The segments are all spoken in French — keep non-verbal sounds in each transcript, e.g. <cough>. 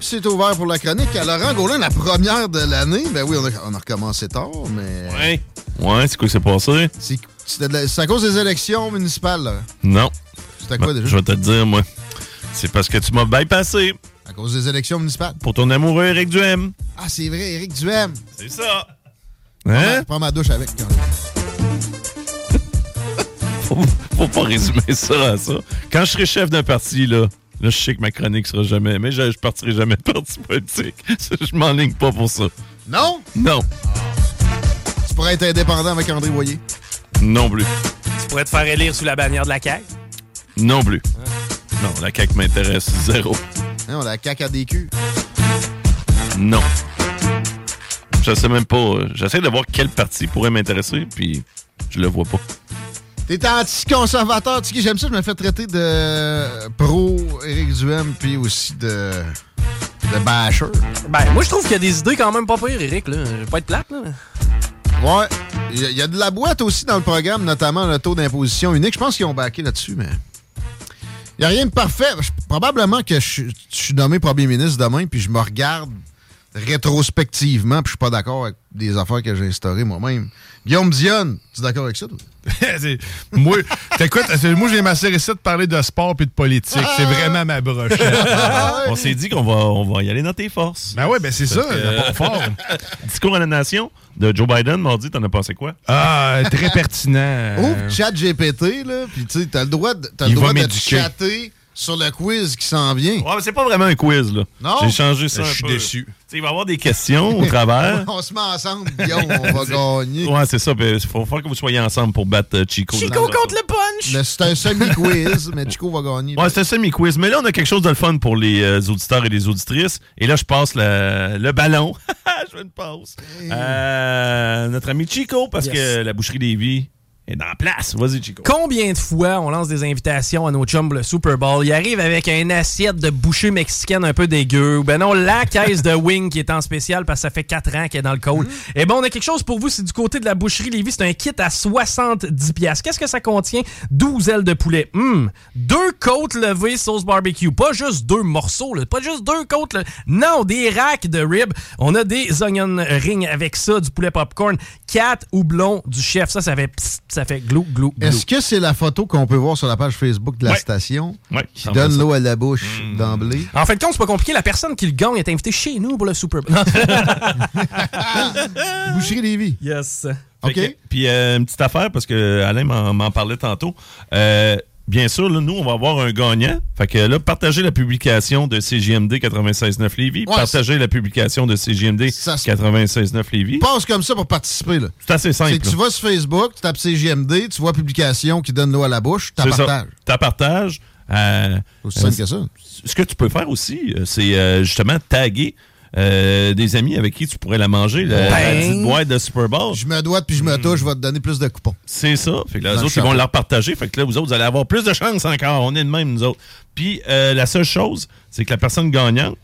C'est ouvert pour la chronique à Laurent Gaulin, la première de l'année. Ben oui, on a, on a recommencé tard, mais Ouais. Ouais, c'est quoi qui s'est passé? c'est- c'était de la- c'est à cause des élections municipales. là. Non. C'était quoi Bah, déjà? Je vais te le dire, moi. C'est parce que tu m'as bypassé À cause des élections municipales. pour ton amoureux Eric Duhem. Ah, c'est vrai, Éric Duhem. C'est ça. Je Hein? prends ma douche avec. quand même. Faut, faut pas résumer ça à ça. Quand je serai chef d'un parti, là, là, je sais que ma chronique sera jamais, mais je, je partirai jamais <laughs> de parti politique. Ça, Je m'enligne pas pour ça. Non? Non. Tu pourrais être indépendant avec André Boyer. Non plus. Tu pourrais te faire élire sous la bannière de la CAQ. Non plus. Non, la CAQ m'intéresse zéro. Hein, on a la caca des culs. Non. Je sais même pas. euh, J'essaie de voir quel parti pourrait m'intéresser, puis je le vois pas. T'es anti-conservateur, tu sais, j'aime ça, je me fais traiter de pro-Éric Duhem, puis aussi de, de basher. Ben, moi, je trouve qu'il y a des idées quand même pas pires, Eric. Là. Je vais pas être plate, là. Ouais, il y, a- il y a de la boîte aussi dans le programme, notamment le taux d'imposition unique. Je pense qu'ils ont baqué là-dessus, mais... Il n'y a rien de parfait. Je- probablement que je, suis- je suis nommé premier ministre demain, puis je me regarde rétrospectivement, puis je suis pas d'accord avec des affaires que j'ai instaurées moi-même. Guillaume Dionne, tu es d'accord avec ça, toi? <laughs> C'est- moi, t'écoutes, c'est- moi j'ai ma série de parler de sport puis de politique. C'est vraiment ma broche. On s'est dit qu'on va, on va y aller dans tes forces. Ah ben ouais, ben c'est ça, que- la forme. Discours à la nation de Joe Biden mardi, t'en as pensé quoi? Ah, très pertinent. Ouvre chat GPT, là, puis tu sais, t'as le droit de, t'as le Il va droit de te m'éduquer. chatter sur le quiz qui s'en vient. Ouais, mais c'est pas vraiment un quiz, là. Non. J'ai changé ça Je un suis peu. déçu. Tu sais, il va y avoir des questions au <laughs> travers. <laughs> On se met ensemble, Guillaume, on va <laughs> gagner. ouais, c'est ça. Il faut falloir que vous soyez ensemble pour battre euh, Chico. Chico contre Ben, le punch! Mais C'est un <laughs> semi-quiz, mais Chico va gagner. Ouais, c'est un semi-quiz. Mais là, on a quelque chose de le fun pour les euh, auditeurs et les auditrices. Et là, je passe le, le ballon. <laughs> je fais une pause. Euh, notre ami Chico, parce Yes. que la boucherie Lévis est dans la place. Vas-y, Chico. Combien de fois on lance des invitations à nos chums pour le Super Bowl? Ils arrivent avec une assiette de bouchée mexicaine un peu dégueu. ou Ben non, la caisse de wing qui est en spécial parce que ça fait 4 ans qu'elle est dans le col. Eh ben, on a quelque chose pour vous. C'est du côté de la boucherie Lévis. C'est un kit à 70 pièces. Qu'est-ce que ça contient? 12 ailes de poulet. Hum! Deux côtes levées sauce barbecue. Pas juste deux morceaux, là. pas juste deux côtes. là. Non, des racks de ribs. On a des onion rings avec ça, du poulet popcorn. Quatre houblons du chef. Ça, ça fait, pss, ça fait glou, glou, glou. Est-ce que c'est la photo qu'on peut voir sur la page Facebook de la Ouais. station Ouais, qui ça me fait donne ça. Hmm. l'eau à la bouche d'emblée? En fin de compte, c'est pas compliqué. La personne qui le gagne est invitée chez nous pour le Super <laughs> Bowl. Boucherie Lévis. yes. OK? Fait que- Puis euh, une petite affaire, parce que Alain m'en m'en parlait tantôt. Euh, bien sûr, là, nous, on va avoir un gagnant. Fait que là, partagez la publication de CJMD 96.9 Lévis. Ouais, partagez la publication de CJMD Ça se- 96.9 Lévis. Passe comme ça pour participer. là. C'est assez simple. C'est que tu là. vas sur Facebook, tu tapes CGMD, tu vois publication qui donne l'eau à la bouche, tu C'est ça. partages. T'as partage. Euh, C'est aussi simple que ça. ce que tu peux faire aussi, euh, c'est euh, justement taguer euh, des amis avec qui tu pourrais la manger, la, la Ben. petite boîte de Super Bowl. Je me doite puis je Hmm. me touche, je vais te donner plus de coupons. C'est ça. Fait que là, Dans les le autres, ils vont chapeau. la repartager. Fait que là, vous autres, vous allez avoir plus de chance encore. On est de même, nous autres. Puis, euh, la seule chose, c'est que la personne gagnante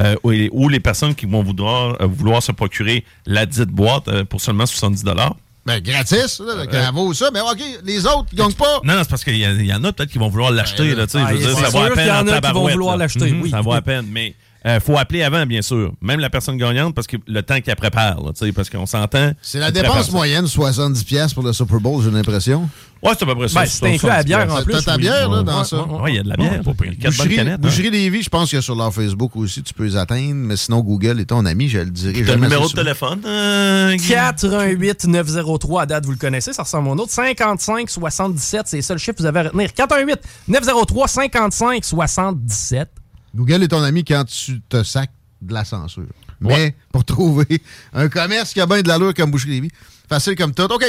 euh, ou, les, ou les personnes qui vont vouloir, euh, vouloir se procurer la dite boîte euh, pour seulement 70 dollars. Ben, gratis, là, le caveau, ça. Mais OK, les autres, ils gagnent pas. Non, non, c'est parce qu'il y, a- il y en a peut-être qui vont vouloir l'acheter. là, tu sais, Ah, je veux c'est dire, ça sûr vaut à peine qu'il y en a qui vont tabarouette, vouloir là. l'acheter, oui. Ça vaut à peine, mais Euh, faut appeler avant, bien sûr. Même la personne gagnante, parce que le temps qu'elle prépare, là, tu sais, parce qu'on s'entend. C'est la elle prépare dépense ça. moyenne, 70$ piastres pour le Super Bowl, j'ai l'impression. Ouais, c'est à peu près ça. Ben, c'est inclus à la bière en plus. T'as ta oui. bière, là, Ouais, dans ouais, ça? ouais, ouais. Oui, il y a de la bière. Ouais, pas pire. Quatre bonnes Boucherie, canettes. hein. Boucherie Lévis, je pense que sur leur Facebook aussi, tu peux les atteindre, mais sinon Google est ton ami, je le dirai. hein. T'as le jamais numéro de assez souvent. téléphone. euh, Guy? 418 903 à date, vous le connaissez, ça ressemble à mon autre. 55 77, c'est ça le chiffre que vous avez à retenir. 418 903 55 77. Google est ton ami quand tu te sacs de la censure. Mais pour <laughs> trouver un commerce qui a bien de l'allure comme Boucherie Lévis, facile comme tout. OK,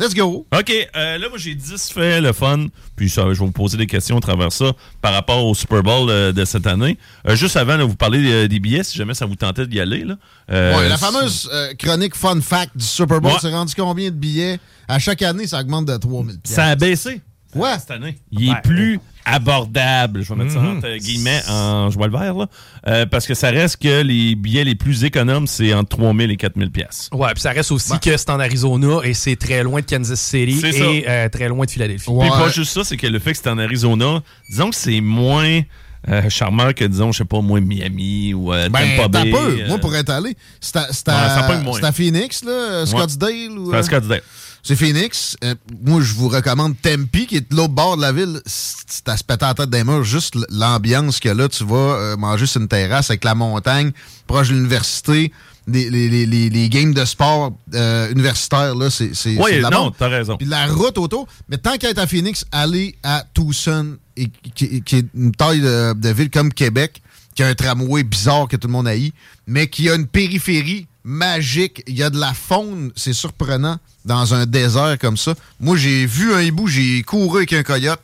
let's go. OK, euh, là, moi, j'ai 10 faits, le fun. Puis, ça, je vais vous poser des questions à travers ça par rapport au Super Bowl euh, de cette année. Euh, juste avant de vous parler euh, des billets, si jamais ça vous tentait d'y aller. Là, Euh, Ouais, la si- fameuse euh, chronique fun fact du Super Bowl, Ouais. c'est rendu combien de billets? À chaque année, ça augmente de 3000 Ça a baissé euh, Ouais. cette année. Il est plus abordable. Je vais mettre ça entre guillemets en joie le vert. Là, Euh, parce que ça reste que les billets les plus économes, c'est entre 3000 et 4000 pièces. Ouais, puis ça reste aussi que c'est en Arizona et c'est très loin de Kansas City C'est et euh, très loin de Philadelphie. Ouais. Puis pas juste ça, c'est que le fait que c'est en Arizona, disons que c'est moins euh, charmeur que, disons, je sais pas, moins Miami ou euh, Ben, Tampa t'as Bay. peu. euh, Moi, pour être allé, c'est à, c'est Ouais, ça à, pogne moins. c'est à Phoenix, là, Scottsdale. Ou, euh, Parce que tu dis- C'est Phoenix. Euh, moi, je vous recommande Tempe, qui est de l'autre bord de la ville. C'est à se péter la tête des murs. Juste l- l'ambiance que là, tu vas euh, manger sur une terrasse avec la montagne, proche de l'université, les, les- les- les- les games de sport euh, universitaires, là, c'est c'est- Ouais, c'est de la non, bombe. t'as raison. Puis la route autour. Mais tant qu'à être à Phoenix, aller à Tucson, et, qui, qui est une taille de, de ville comme Québec, qui a un tramway bizarre que tout le monde haït, mais qui a une périphérie magique. Il y a de la faune, c'est surprenant, dans un désert comme ça. Moi, j'ai vu un hibou, j'ai couru avec un coyote.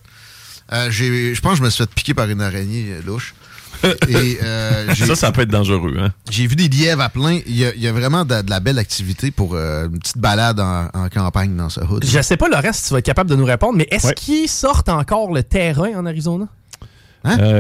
Euh, j'ai- je pense que je me suis fait piquer par une araignée euh, louche. Et euh, <laughs> j'ai- Ça, ça peut être dangereux. Hein? j'ai vu des lièvres à plein. Il y a, il y a vraiment de, de la belle activité pour euh, une petite balade en, en campagne dans ce hood. Je sais pas, Laurent, si tu vas être capable de nous répondre, mais est-ce Ouais. qu'ils sortent encore le terrain en Arizona?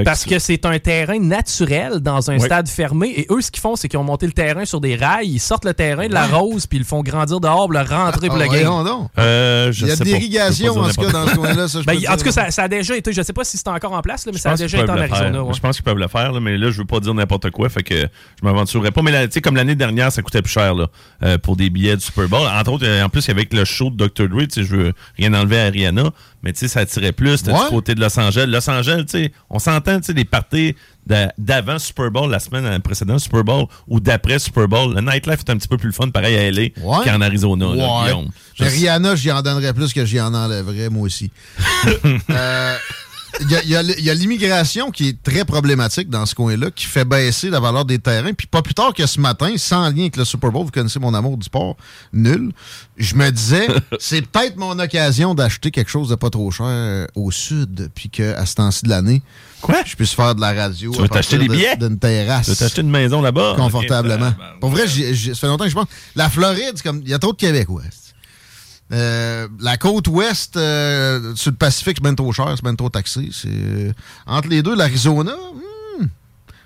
Parce que c'est un terrain naturel dans un Ouais. stade fermé. Et eux, ce qu'ils font, c'est qu'ils ont monté le terrain sur des rails, ils sortent le terrain de la rose, puis ils le font grandir dehors, pour le rentrer pour Ah, le game. voyons donc. Euh, je Il y a sais de pas. l'irrigation, Je peux en pas tout dire cas, dans n'importe ce coin-là. ça, je Ben, peux en dire. tout cas, ça, ça a déjà été. Je sais pas si c'est encore en place, là, mais Je ça a pense déjà qu'ils été en peuvent le Arizona. faire. ouais. Je pense qu'ils peuvent le faire, là, mais là, je veux pas dire n'importe quoi, fait que je m'aventurerai pas. Mais là, tu sais, comme l'année dernière, ça coûtait plus cher là, euh, pour des billets du Super Bowl. Entre autres, euh, en plus, avec le show de Dr. Dre, tu sais, je veux rien enlever à Rihanna, mais tu sais, ça attirait plus. C'était Ouais. du côté de Los Angeles. Los Angeles, tu sais, on s'entend, tu sais, les parties d'a- d'avant Super Bowl, la semaine euh, précédente Super Bowl ou d'après Super Bowl. Le nightlife est un petit peu plus le fun, pareil à LA Ouais. qu'en Arizona, là, Ouais. Guillaume. Je Mais sais- Rihanna, j'y en donnerais plus que j'y en enlèverais, moi <laughs> aussi. Euh, Il y a- il y a, le- il y a l'immigration qui est très problématique dans ce coin-là, qui fait baisser la valeur des terrains. Puis pas plus tard que ce matin, sans lien avec le Super Bowl, vous connaissez mon amour du sport, nul. Je me <laughs> disais, c'est peut-être mon occasion d'acheter quelque chose de pas trop cher euh, au sud, puis qu'à ce temps-ci de l'année, Quoi? je puisse faire de la radio. Tu veux à partir t'acheter des de- billets? D'une terrasse Tu veux t'acheter une maison là-bas? confortablement. Ok, ben, Pour vrai, j'y- j'y- ça fait longtemps que je pense. La Floride, c'est comme il y a trop de Québec ouest. Euh, la côte ouest euh, sur le Pacifique, c'est bien trop cher, c'est bien trop taxé. C'est, euh, entre les deux, l'Arizona, hmm.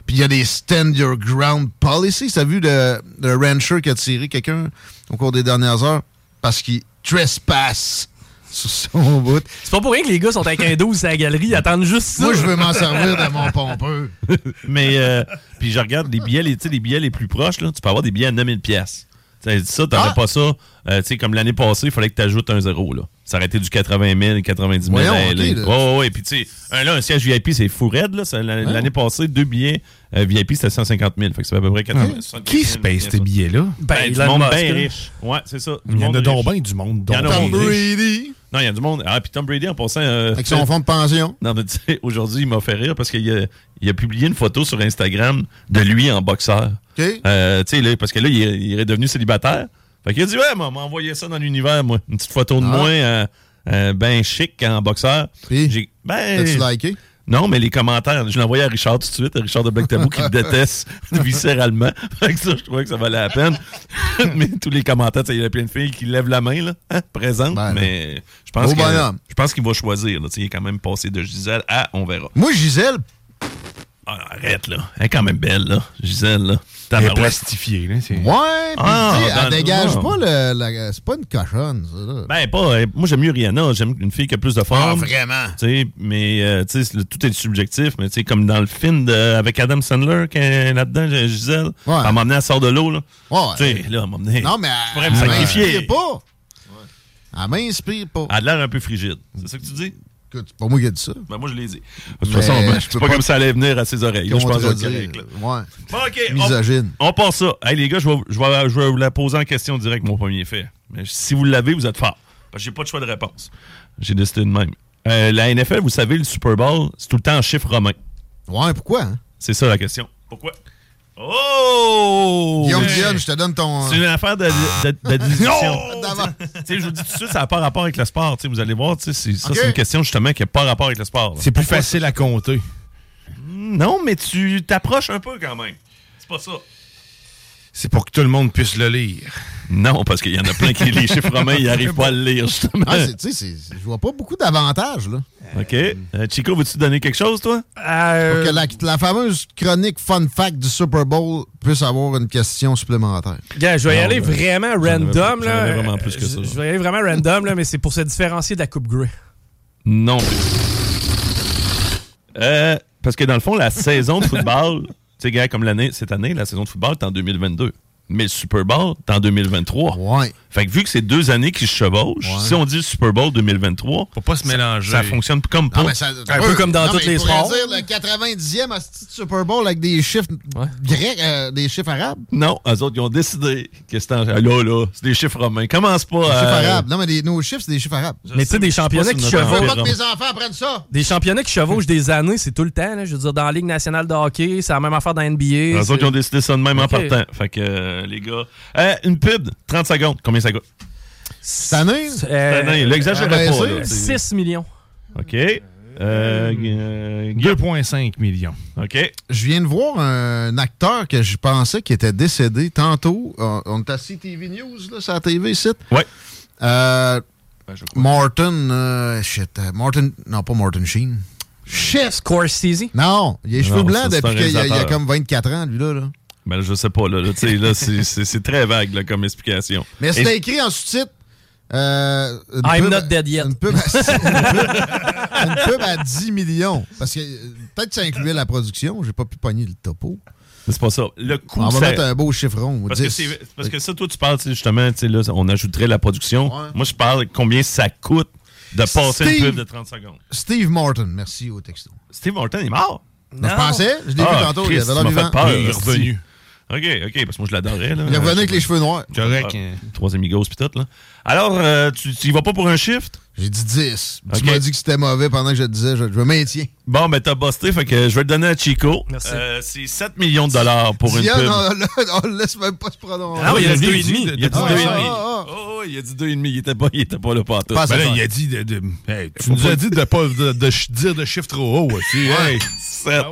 puis il y a des stand your ground policy. T'as vu le, le rancher qui a tiré quelqu'un au cours des dernières heures parce qu'il trespasse sur son <laughs> bout. C'est pas pour rien que les gars sont avec un 12 à la galerie, ils attendent juste ça. Moi, je veux m'en servir de mon <laughs> pompeux. Mais euh, puis je regarde les billets, les, tu sais, les billets les plus proches, là, tu peux avoir des billets à 9000 pièces. Tu sais, ça, t'aurais Ah! pas ça. Euh, tu sais, comme l'année passée, il fallait que tu ajoutes un zéro. Là. Ça aurait été du 80 000, 90 000. Voyons, à LA. ok, là. ben, Ouais, ouais, ouais. Puis tu sais, un, là, un siège VIP, c'est fou raide. Là. Ça, l'a- L'année passée, deux billets euh, VIP, c'était 150 000. Fait que c'est à peu près 80 Hein? 000. Euh, Qui se paye ces billets-là? Ben, du Elon monde Musk, bien hein. riche. Ouais, c'est ça. Du Il y en monde a donc riche. bien du monde. Il y en a bien. donc bien. Brady, Non, il y a du monde. Ah, puis Tom Brady, en passant. euh, avec son fonds de pension. non, mais tu sais, aujourd'hui, il m'a fait rire parce qu'il a, il a publié une photo sur Instagram de lui en boxeur. OK. Euh, tu sais, là, parce que là, il est, il est devenu célibataire. Fait qu'il a dit, ouais, m'a m'a envoyé ça dans l'univers, moi. Une petite photo de Ah. moi, euh, euh, ben chic en boxeur. Puis, J'ai- ben, T'as-tu liké? non, mais les commentaires, je l'ai envoyé à Richard tout de suite, à Richard de Black Tabou qui me déteste <laughs> viscéralement. Fait que ça, je trouvais que ça valait la peine. <laughs> mais tous les commentaires, tu sais, il y a plein de filles qui lèvent la main, là, hein, présente, Ben, mais je pense Au que- bonhomme. je pense qu'il va choisir. là. Tu sais, il est quand même passé de Gisèle à on verra. Moi, Gisèle, Ah, arrête, là. Elle est quand même belle, là. Gisèle, là. T'as Elle est plastifiée, là. c'est- Ouais, puis Ah, tu sais, dans- elle dégage non. pas le. la- c'est pas une cochonne, ça. là. Ben, pas. euh, moi, j'aime mieux Rihanna. J'aime une fille qui a plus de forme. Ah, vraiment? Tu sais, mais euh, tu sais, le- tout est subjectif, mais tu sais, comme dans le film de- avec Adam Sandler, qui est là-dedans, euh, Gisèle, Ouais. elle m'a amené à sortir de l'eau, là. Ouais. Tu sais, là, elle m'a amené. Non, mais Je elle, pourrais me elle sacrifier. m'inspire pas. Elle m'inspire pas. Elle a l'air un peu frigide. C'est ça que tu dis? Écoute, c'est pas moi qui ai dit ça. Ben, moi, je l'ai dit. De toute Mais façon, ben, je c'est peux pas, pas- comme ça allait venir à ses oreilles. là. Je Comment pense tu vas que dire? c'est correct, là. Ouais. Bon, OK. on- Misogyne. On, part ça. Hey, les gars, je vais, je vais- je vais vous la poser en question direct, mon premier fait. Mais si vous l'avez, vous êtes fort. Parce que j'ai pas de choix de réponse. J'ai décidé de même. Euh, la NFL, vous savez, le Super Bowl, c'est tout le temps en chiffre romain. Ouais, pourquoi? hein? C'est ça la question. Pourquoi? Oh! Guillaume Hey! Dion, Ah. je te donne ton. C'est une affaire de, de, <laughs> de- de discussion. D'avance. Tu sais, Je vous dis tout de suite, ça n'a pas rapport avec le sport. tu sais, Vous allez voir, tu sais, c'est- ça, Ok. c'est une question justement qui n'a pas rapport avec le sport. là. C'est plus facile à compter. Non, mais tu t'approches un peu quand même. C'est pas ça. C'est pour que tout le monde puisse le lire. Non, parce qu'il y en a plein qui, les chiffres romains, ils n'arrivent pas à le lire, justement. Ah, c'est- tu sais, c'est- je vois pas beaucoup d'avantages, là. OK. Euh, Chico, veux-tu te donner quelque chose, toi? Euh, Euh. Pour que la, la fameuse chronique fun fact du Super Bowl puisse avoir une question supplémentaire. Gars, je vais y Non, aller ben, vraiment avais- random. j'en là. avais vraiment plus que Je- ça. Je vais y aller vraiment random, là, mais c'est pour se différencier de la Coupe Grey. Non. Euh, parce que dans le fond, la saison de <laughs> football, tu sais, gars, comme l'année, cette année, la saison de football est en 2022. Mais le Super Bowl est en 2023. Ouais. Fait que vu que c'est deux années qui se chevauchent, si on dit le Super Bowl 2023, Faut pas se mélanger. ça fonctionne comme pas. Non, mais ça- Un peu comme dans non, tous mais il les pourrait sports. dire le 90e à ce petit Super Bowl avec des chiffres grecs, euh, des chiffres arabes. Non, eux autres, ils ont décidé que c'était en... Ah, Là, là, c'est des chiffres romains. Commence pas Des à... chiffres arabes. Non, mais des- nos chiffres, c'est des chiffres arabes. Mais tu sais, des championnats qui notre Faut Ouais, pas chevauchent. que Rome. mes enfants apprennent ça. Des championnats <laughs> qui chevauchent des années, c'est tout le temps. là. Je veux dire, dans la Ligue nationale de hockey, c'est la même affaire dans la NBA. Eux c'est- autres, ils ont décidé ça de même Ok. en partant. Fait que, euh, les gars... Euh, une pub, 30 secondes. Combien ça coûte? Cette année, Euh, Tenez, l'exagérez ben, pas, c'est- là. 6 millions. OK. Euh, euh, Guy- 2,5 millions. OK. je viens de voir un acteur que je pensais qui était décédé tantôt. On, on est à CTV News, là, c'est à la TV, site. Ouais. Euh, Martin, euh, shit, euh, Martin, non, pas Martin Sheen. Shit! Scorsese. Non, il a les cheveux Non, blancs ça, c'est depuis un qu'il y a- il y, a réalisateur. comme 24 ans, lui-là. Là. Ben, je sais pas, là. là, tu sais, là, <laughs> c'est- c'est c'est très vague là, comme explication. Mais Et- c'était écrit en sous-titre. euh, une I'm pub- not dead yet. Une pub, à, une pub- une pub à <laughs> 10 millions. Parce que euh, peut-être que ça incluait la production. J'ai pas pu pogner le topo. C'est pas ça. Le coût, On va ça- mettre un beau chiffron. Parce que, 10. c'est- parce que ça, toi, tu parles, tu sais, justement, tu sais, là, on ajouterait la production. Moi, je parle combien ça coûte de passer Steve- une pub de 30 secondes. Steve Martin, merci au texto. Steve Martin est mort. Je pensais, je l'ai Ah, vu tantôt, il avait Christ, tu l'air m'as vivant. fait peur, Il est hostie. revenu. OK, OK, parce que moi, je l'adorais. là. Il est revenu avec les cheveux noirs. Correct. Ah, Trois amigos pis tout, là. Alors, euh, tu, tu y vas pas pour un shift? J'ai dit 10. Tu Ok. m'as dit que c'était mauvais pendant que je le disais. Je, je me maintiens. Bon, ben, t'as busté, fait que je vais le donner à Chico. Merci. Euh, c'est 7 millions de dollars pour une Dion, pub. on, on, le laisse même pas se prononcer. Ah oui, il a dit deux deux et et demi. demi. Il a dit Ah, deux et ah, demi. ah, ah. Oh, il a dit deux et demi. Il était pas, il était pas là pour tout. Pas Ben là, ça. il a dit de, de- hey, tu nous as dit de pas de, de ch- dire de chiffre trop haut aussi. Hey. Ah Sept.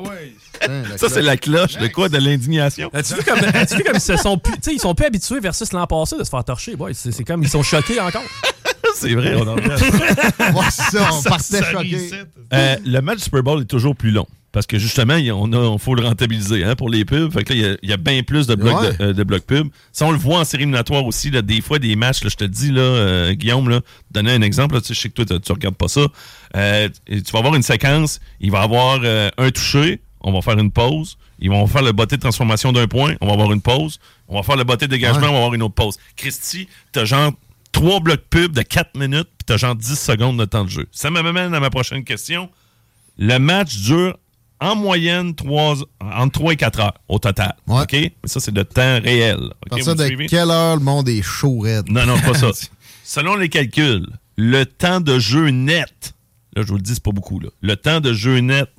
Hein, la Ça, c'est la cloche de quoi? De l'indignation. As-tu vu comme, as-tu vu comme ils se sont plus, tu sais, ils sont plus habitués versus l'an passé de se faire torcher. boy. c'est, c'est comme ils sont choqués encore. C'est vrai, on en revient. cloche. ah. Ouais, c'est ça, on partait choqué. Euh, le match Super Bowl est toujours plus long. Parce que justement, il- on, a, on faut le rentabiliser hein, pour les pubs. Fait que là, il y a- il y a, bien plus de blocs, Ouais. de, euh, de blocs pubs. Ça, on le voit en série éliminatoire aussi. Là, des fois, des matchs, là, je te dis, là, euh, Guillaume, là, te donner un exemple. là, tu sais, je sais que toi, tu- tu regardes pas ça. Euh, et tu vas avoir une séquence. Il va avoir euh, un touché. On va faire une pause. Ils vont faire le botté de transformation d'un point. On va avoir une pause. On va faire le botté de dégagement. On va avoir une autre pause. Christy, t'as genre trois blocs pubs de 4 minutes. Puis t'as genre 10 secondes de temps de jeu. Ça m'amène à ma prochaine question. Le match dure en moyenne trois- entre 3 et 4 heures au total. Ouais. OK? Mais ça, c'est de temps réel. OK? À partir Vous me de suivez? quelle heure le monde est chaud, raide? Non, non, pas <laughs> ça. Selon les calculs, le temps de jeu net, là, je vous le dis, c'est pas beaucoup, là. Le temps de jeu net,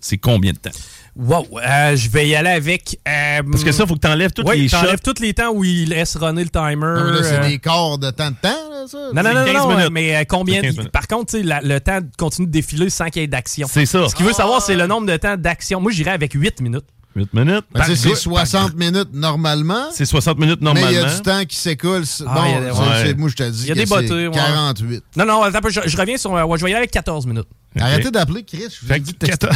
c'est combien de temps? Wow, euh, je vais y aller avec. euh, Parce que ça, il faut que tu enlèves toutes Oui, les shots. t'enlèves tous les temps où il laisse runner le timer. Non, mais là, c'est euh, des quarts de temps de temps, là, ça? non, non, non, 15 non, minutes. mais euh, combien. C'est 15 minutes. Par contre, tu sais, la- le temps continue de défiler sans qu'il y ait d'action. C'est ça. Ce qu'il veut savoir, c'est le nombre de temps d'action. Moi, j'irais avec 8 minutes. 8 minutes. Ben, tu sais, Par- c'est 60 minutes normalement, C'est 60 minutes mais normalement. il y a du temps qui s'écoule. C'est- Ah, bon, il y a des- ça, ouais. c'est- moi, je te dis Il y a que des c'est bottés, ouais. 48. Non, non, attends, un peu, je, je reviens sur. euh, ouais, je vais y aller avec 14 minutes. Arrêtez d'appeler Chris. Je vous ai dit de texter.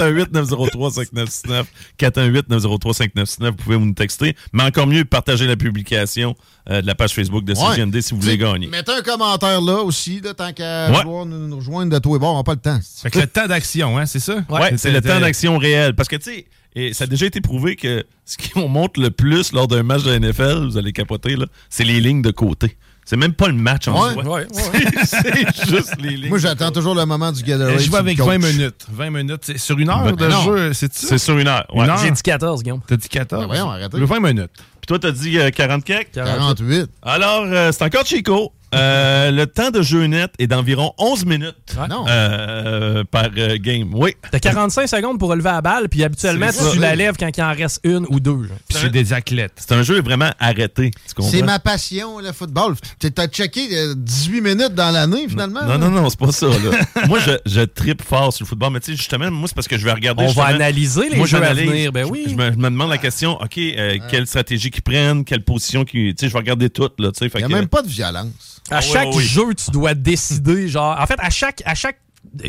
<laughs> 418-903-5969. 418-903-5969. Vous pouvez nous texter. Mais encore mieux, partagez la publication euh, de la page Facebook de Ouais. CGMD si vous voulez T'sais, gagner. Mettez un commentaire là aussi, là, tant qu'à Ouais. vouloir nous, nous rejoindre de tous les bords. On n'a pas le temps. Fait que le temps d'action, hein, c'est ça? Ouais, c'est le temps d'action réel. Parce que, tu sais, et ça a déjà été prouvé que ce qu'on montre le plus lors d'un match de la NFL, vous allez capoter, là, c'est les lignes de côté. C'est même pas le match en Ouais, soi. Ouais, ouais. <laughs> c'est juste les lignes. Moi, j'attends toujours le moment du Gatorade. Euh, Je sur vais le avec coach. 20 minutes. 20 minutes. C'est sur une heure Ben, de non. jeu, c'est ça? C'est sur une heure. ouais. Une heure. J'ai dit 14, Guillaume. T'as dit 14? Ben voyons, arrêtez. Le 20 minutes. Puis toi, t'as dit euh, 40 cakes. 48. Alors, euh, c'est encore Chico. Euh, le temps de jeu net est d'environ 11 minutes Ouais. Non. euh, par euh, game. Oui. T'as 45 secondes pour relever la balle, puis habituellement, C'est ça. tu la lèves quand il en reste une ou deux. genre. Puis c'est des athlètes. C'est un jeu vraiment arrêté. Tu comprends? C'est ma passion, le football. T'es- T'as checké euh, 18 minutes dans l'année, finalement. Non, là. non, non, c'est pas <laughs> ça. là. moi, je, je tripe fort sur le football, mais tu sais, justement, moi, c'est parce que je vais regarder. On va justement- analyser les Moi, jeux à j'analyse. venir. Ben Je- oui. Je, me, je me demande Ah. la question, OK, euh, quelle stratégie qu'ils prennent, quelle position qu'ils. Tu sais, je vais regarder toutes, là, tu sais. fait Il n'y a que- même pas de violence. Ah À oui, chaque oui, oui. jeu, tu dois décider. Genre, en fait, à chaque, à chaque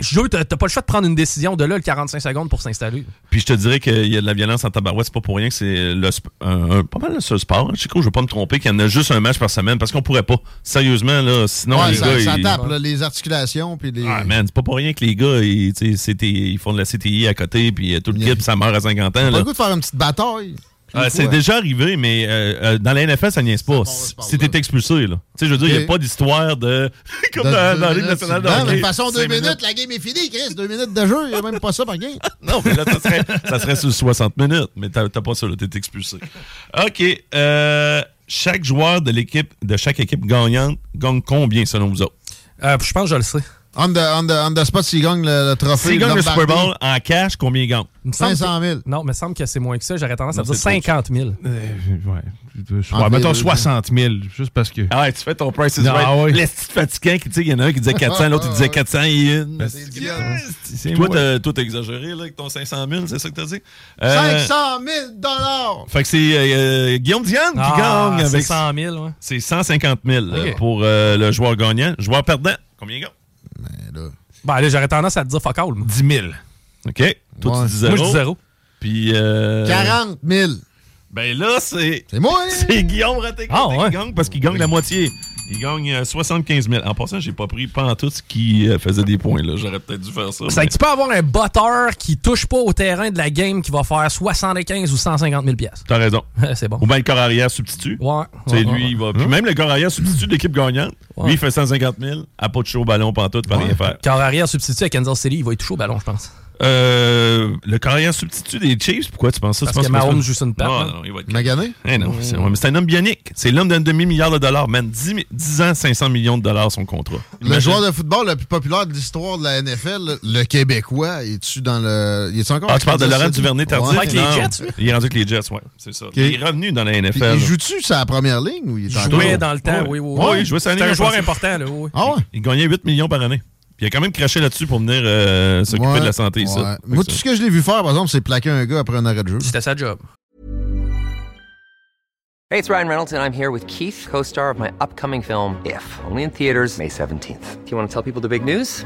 jeu, t'as t'as pas le choix de prendre une décision. De là, le 45 secondes pour s'installer. Puis je te dirais qu'il y a de la violence en tabarouette, c'est pas pour rien que c'est le sp- un- un- pas mal le seul sport. hein. Chico, je veux pas me tromper qu'il y en a juste un match par semaine parce qu'on pourrait pas. Sérieusement, là, sinon Ouais, les ça, gars. ça ils- tape, là, les articulations. Puis les... Ah man, c'est pas pour rien que les gars, ils, tu sais, CTI, ils font de la CTI à côté, puis euh, tout le Yeah. kit, puis ça meurt à 50 ans. pas là. le goût de faire une petite bataille. Ah, c'est hein. déjà arrivé, mais euh, euh, dans la NFL, ça niaise pas. Si sport, si là. t'es expulsé, là. Tu sais, je veux dire, il n'y Ok. a pas d'histoire de. <laughs> comme De- <laughs> dans, deux dans la Ligue minutes, nationale de non, mais hockey. de toute façon, deux Cinq minutes, la game est finie, Chris. Deux minutes de jeu, il n'y a même pas ça par game. Non, mais là, ça serait, ça serait sur 60 minutes, mais t'as t'as pas ça, là, t'es expulsé. OK. euh, chaque joueur de l'équipe, de chaque équipe gagnante, gagne combien selon vous autres? Euh, je pense que je le sais. On the, on the, on the spot, s'il gagne le, le trophée. S'ils gagnent le Lombardi, Super Bowl en cash, combien ils gagnent? Il me semble 500 000. que- Non, mais il me semble que c'est moins que ça. J'aurais tendance à Non, dire c'est trop, 50 000. Euh, ouais. Je- Ah, ouais, mais- mettons 60 000, juste parce que. Ah ouais, tu fais ton price is Non, ah ouais. Ah right. L'esti de fatigant qui dit, il y en a un qui disait 400, l'autre il disait 400 et une. C'est Toi, moi. t'as- toi, t'as exagéré là, avec ton 500 000, c'est ça que t'as dit? Euh, 500 000 dollars. Fait que c'est euh, euh, Guillaume Diane qui Ah, gagne c'est avec. 100 000, ouais. C'est 150 000 euh, Ok. pour euh, le joueur gagnant. Joueur perdant, combien il gagne? Euh, Ben, là, j'aurais tendance à te dire fuck all. moi. 10 000. OK. Toi, Ouais. tu dis zéro. Moi, je dis zéro. Puis. euh, 40 000. Ben là, c'est. <laughs> C'est moi, hein? C'est Guillaume Raté Ah, ouais. qui gagne parce qu'il gagne la moitié. Il gagne euh, 75 000. En passant, j'ai pas pris pas en tout ce qui euh, faisait des points. là. J'aurais peut-être dû faire ça. C'est mais- que tu peux avoir un botteur qui touche pas au terrain de la game qui va faire 75 ou 150 000 pièces. T'as raison. <laughs> c'est bon. Ou bien le corps arrière substitut. Ouais. C'est ouais, lui, ouais. il va. Puis même le corps arrière substitut de l'équipe gagnante, Ouais. lui, il fait 150 000, à pas de chaud au ballon, pas en tout, pas rien faire. Car arrière substitut à Kansas City, il va être touché au ballon, je pense. Euh, le carrière substitut des Chiefs, pourquoi tu penses ça? Tu Parce penses que Mahomes Mahomes- joue sur une patte, Non, hein? là. non, il va être Magané? Eh non, c'est ouais, mais c'est un homme bionique. C'est l'homme d'un demi-milliard de dollars. Man, 10, mi- 10 ans, 500 millions de dollars son contrat. Le joueur de football le plus populaire de l'histoire de la NFL, le Québécois, est-tu dans le. Il est encore Ah, tu parles de Laurent Duvernay Duvernay Tardif? Avec les Ah, Jets, lui? Il est rendu avec les Jets, ouais. C'est ça. Il est revenu dans la NFL. Il joue-tu sur la première ligne ou il est Joue- encore- Ouais. Oui, dans le temps, oui, oui. oui. Ouais, il jouait sa C'est ligne un joueur offensive. important, là, oui. Ah ouais? Il gagnait 8 millions par année. Puis il a quand même craché là-dessus pour venir euh, s'occuper Ouais, de la santé ici. ouais. Fait que Moi, ça- tout ce que je l'ai vu faire, par exemple, c'est plaquer un gars après un arrêt de jeu. C'était sa job. Hey, it's Ryan Reynolds, and I'm here with Keith, co star of my upcoming film, If, only in theaters, May 17th. Do you want to tell people the big news?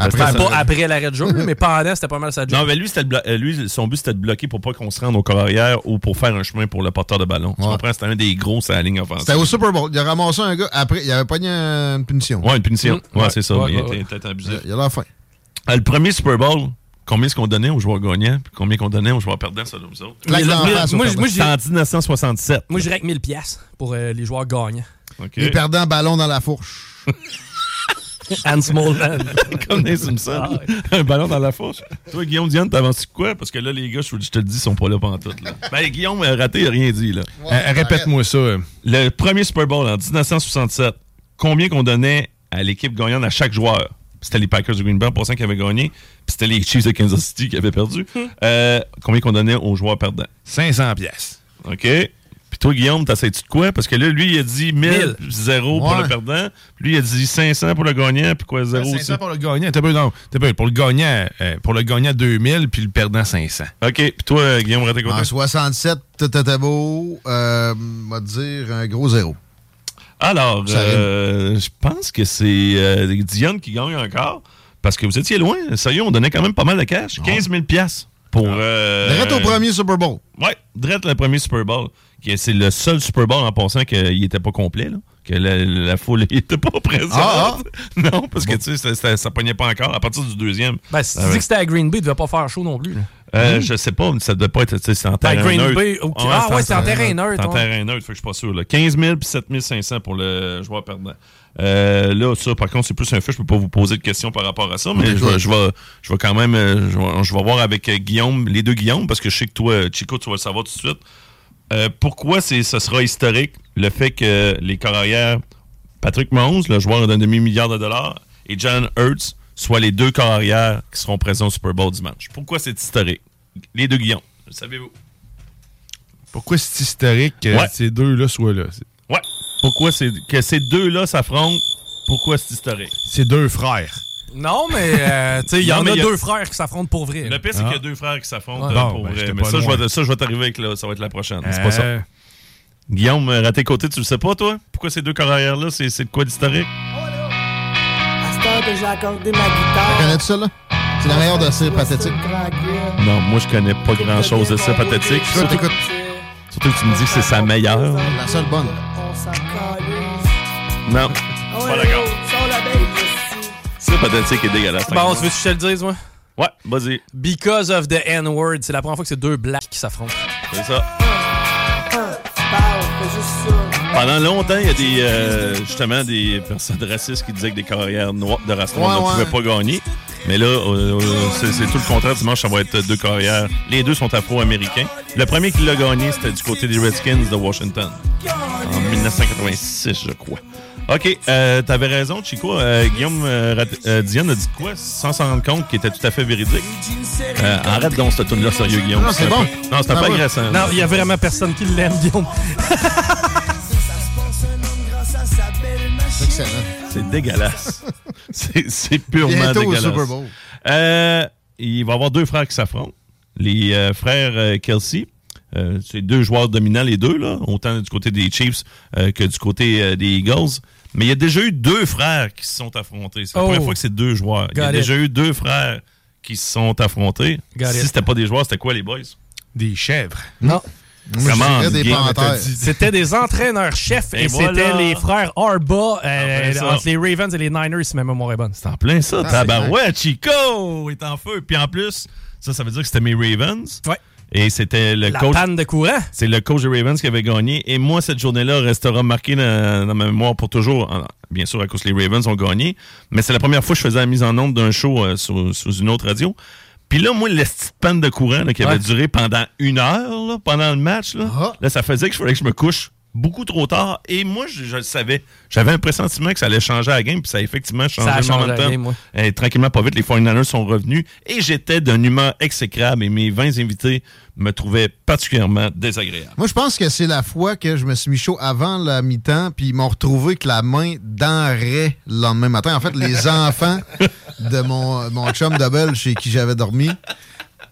Après, Ben, ça- pas après l'arrêt de jeu, mais pendant, c'était pas mal sa job. Non, mais lui, c'était de blo- euh, lui, son but, c'était de bloquer pour pas qu'on se rende au corps arrière ou pour faire un chemin pour le porteur de ballon. Tu Ouais. comprends? C'était un des gros sur la ligne offensive. C'était au Super Bowl. Il a ramassé un gars après. Il avait pogné une punition. Ouais, une punition. Mm. Ouais, Ouais. c'est ça. Ouais, il ouais, était ouais. peut-être abusif. Il a la fin. Euh, Le premier Super Bowl, combien ce qu'on donnait aux joueurs gagnants, puis combien qu'on donnait aux joueurs perdants, selon vous autres. Les enfants sont moi, je- perdants. moi, C'était je en 1967. moi, je règle 1000 pièces pour euh, les joueurs gagnants. OK. Les perdants ballon dans la fourche. <laughs> Hans Smallman. <laughs> Comme des Ah, Simpsons. Un ballon dans la fourche. Toi, Guillaume Diane, t'avances quoi? Parce que là, les gars, je je te le dis, sont pas là pantoute. Là. Ben, Guillaume, euh, raté, il a rien dit. Là. Euh, Répète-moi ça. euh. Le premier Super Bowl en 1967, combien qu'on donnait à l'équipe gagnante à chaque joueur? C'était les Packers de Green Bay, pour cent qui avaient gagné. Puis c'était les Chiefs de Kansas City qui avaient perdu. Euh, combien qu'on donnait aux joueurs perdants? 500 pièces. OK? Puis toi, Guillaume, t'essayes-tu de quoi? Parce que là, lui, il a dit 1000, 0 pour Ouais. le perdant. Puis lui, il a dit 500 pour le gagnant, puis quoi, 0 aussi. 500 Ben, pour le gagnant. T'as peu, non. T'as peu. Pour le gagnant, euh, pour le gagnant 2000, puis le perdant 500. OK. Puis toi, euh, Guillaume, raté quoi? En 67, tout était beau. Euh, on va te dire un gros zéro. Alors, Ça rime. euh, je pense que c'est euh, Dionne qui gagne encore parce que vous étiez loin. Sérieux, on donnait quand même pas mal de cash. 15 000 piastres pour... Ah. euh, Direct au premier Super Bowl. Ouais, direct le premier Super Bowl. qui est- C'est le seul Super Bowl en pensant qu'il était pas complet, là, que la, la foule <laughs> était pas présente. Ah, Non, parce que tu sais, ça, ça, ça pognait pas encore à partir du deuxième. <laughs> Ben, si Ah, tu dis ouais. que c'était à Green Bay, il devait pas faire chaud non plus. là. Euh, Je sais pas, mais ça devait pas être tu sais, c'est en Ben, terrain Green neutre. Bay, ok. Ah, ouais, c'est en terrain neutre, C'est en ouais. terrain neutre, fait que je suis pas sûr. Là. 15 000 puis 7 500 pour le joueur perdant. Euh, là, ça, par contre, c'est plus un fait. Je peux pas vous poser de questions par rapport à ça, mais je vais, je vais, je vais quand même, euh, je vais, je vais voir avec euh, Guillaume, les deux Guillaume, parce que je sais que toi, euh, Chico, tu vas le savoir tout de suite. Euh, pourquoi c'est, ce sera historique le fait que les carrières Patrick Mahomes, le joueur d'un demi-milliard de dollars, et John Hurts soient les deux carrières qui seront présents au Super Bowl dimanche? Pourquoi c'est historique? Les deux Guillaume, le savez-vous? Pourquoi c'est historique que Ouais. ces deux-là soient là? C'est- Ouais. Pourquoi c'est que ces deux-là s'affrontent? Pourquoi c'est historique? C'est deux frères. Non, mais euh, tu sais, il y Non, en mais a il y a- deux frères qui s'affrontent pour vrai. Le pire, c'est qu'il y a deux frères qui s'affrontent Ouais. euh, Bon, pour ben, vrai, j'étais Mais pas ça, je loin. vais, ça, je vais t'arriver avec là. Ça va être la prochaine. C'est pas ça. Euh, Guillaume, euh, raté côté, tu le sais pas, toi? Pourquoi ces deux carrières-là, c'est c'est de quoi d'historique? Connais-tu ça, là? C'est la meilleure de ces pathétiques. Non, moi, je connais pas grand-chose de ça, pathétique. Je Surtout, t'écoute. surtout que tu me dis que c'est sa meilleure. La seule bonne. Non, je suis pas d'accord. C'est pathétique et dégueulasse. hein. Bon, tu veux que je te le dise, moi? Ouais, vas-y. Because of the N-word, c'est la première fois que c'est deux blacks qui s'affrontent. C'est ça. Pendant longtemps, il y a des, euh, justement des personnes racistes qui disaient que des carrières noires de race noire Ouais, ne ouais. pouvaient pas gagner. Mais là, euh, euh, c'est c'est tout le contraire. Dimanche, ça va être deux carrières. Les deux sont afro-américains. Le premier qui l'a gagné, c'était du côté des Redskins de Washington. En 1986, je crois. OK, euh, t'avais raison, Chico. Euh, Guillaume euh, Rat- euh, Diane a dit de quoi sans s'en rendre compte qui était tout à fait véridique. Euh, arrête donc cette tune là sérieux, Guillaume. Non, c'est un bon. peu- Non, c'est un Ah peu ouais. agressant. Non, il y a vraiment personne qui l'aime, Guillaume. C'est excellent. C'est <laughs> dégueulasse. c'est c'est purement Bientôt au dégueulasse. Super Bowl. Euh, il va y avoir deux frères qui s'affrontent. Les euh, frères euh, Kelsey. euh, c'est deux joueurs dominants, les deux, là, autant du côté des Chiefs euh, que du côté euh, des Eagles. Mais il y a déjà eu deux frères qui se sont affrontés. C'est la Oh. première fois que c'est deux joueurs. Il y a Got it. déjà eu deux frères qui se sont affrontés. Got si it. c'était pas des joueurs, c'était quoi, les boys? Des chèvres. Non. Moi, je Comment, dirais des Guillaume, t'as panthères. dit- C'était des entraîneurs-chefs et, Et voilà. c'était les frères Arba euh, Ah, ben ça. entre les Ravens et les Niners, si ma mémoire est bonne. C'est en plein ça, Ah, tabarouette, Chico est en feu. Puis en plus, ça, ça veut dire que c'était mes Ravens. Ouais. Et c'était le La coach. panne de courant. C'est le coach des Ravens qui avait gagné. Et moi, cette journée-là restera marquée dans, dans ma mémoire pour toujours. En- Bien sûr, à cause que les Ravens ont gagné. Mais c'est la première fois que je faisais la mise en onde d'un show euh, sur, sous une autre radio. Puis là, moi, la petite panne de courant là, qui avait Ouais. duré pendant une heure là, pendant le match, là, Ah. là, ça faisait que je fallait que je me couche beaucoup trop tard. Et moi, je, je le savais. J'avais un pressentiment que ça allait changer la game. Puis ça a effectivement changé. Ça a changé la momentum. game, ouais. Eh, tranquillement, pas vite, les 49ers sont revenus et j'étais d'une humeur exécrable et mes 20 invités me trouvaient particulièrement désagréable. Moi, je pense que c'est la fois que je me suis mis chaud avant la mi-temps, puis ils m'ont retrouvé que la main dans Ray le lendemain matin. En fait, les <laughs> enfants de mon, mon chum Double chez qui j'avais dormi. Euh.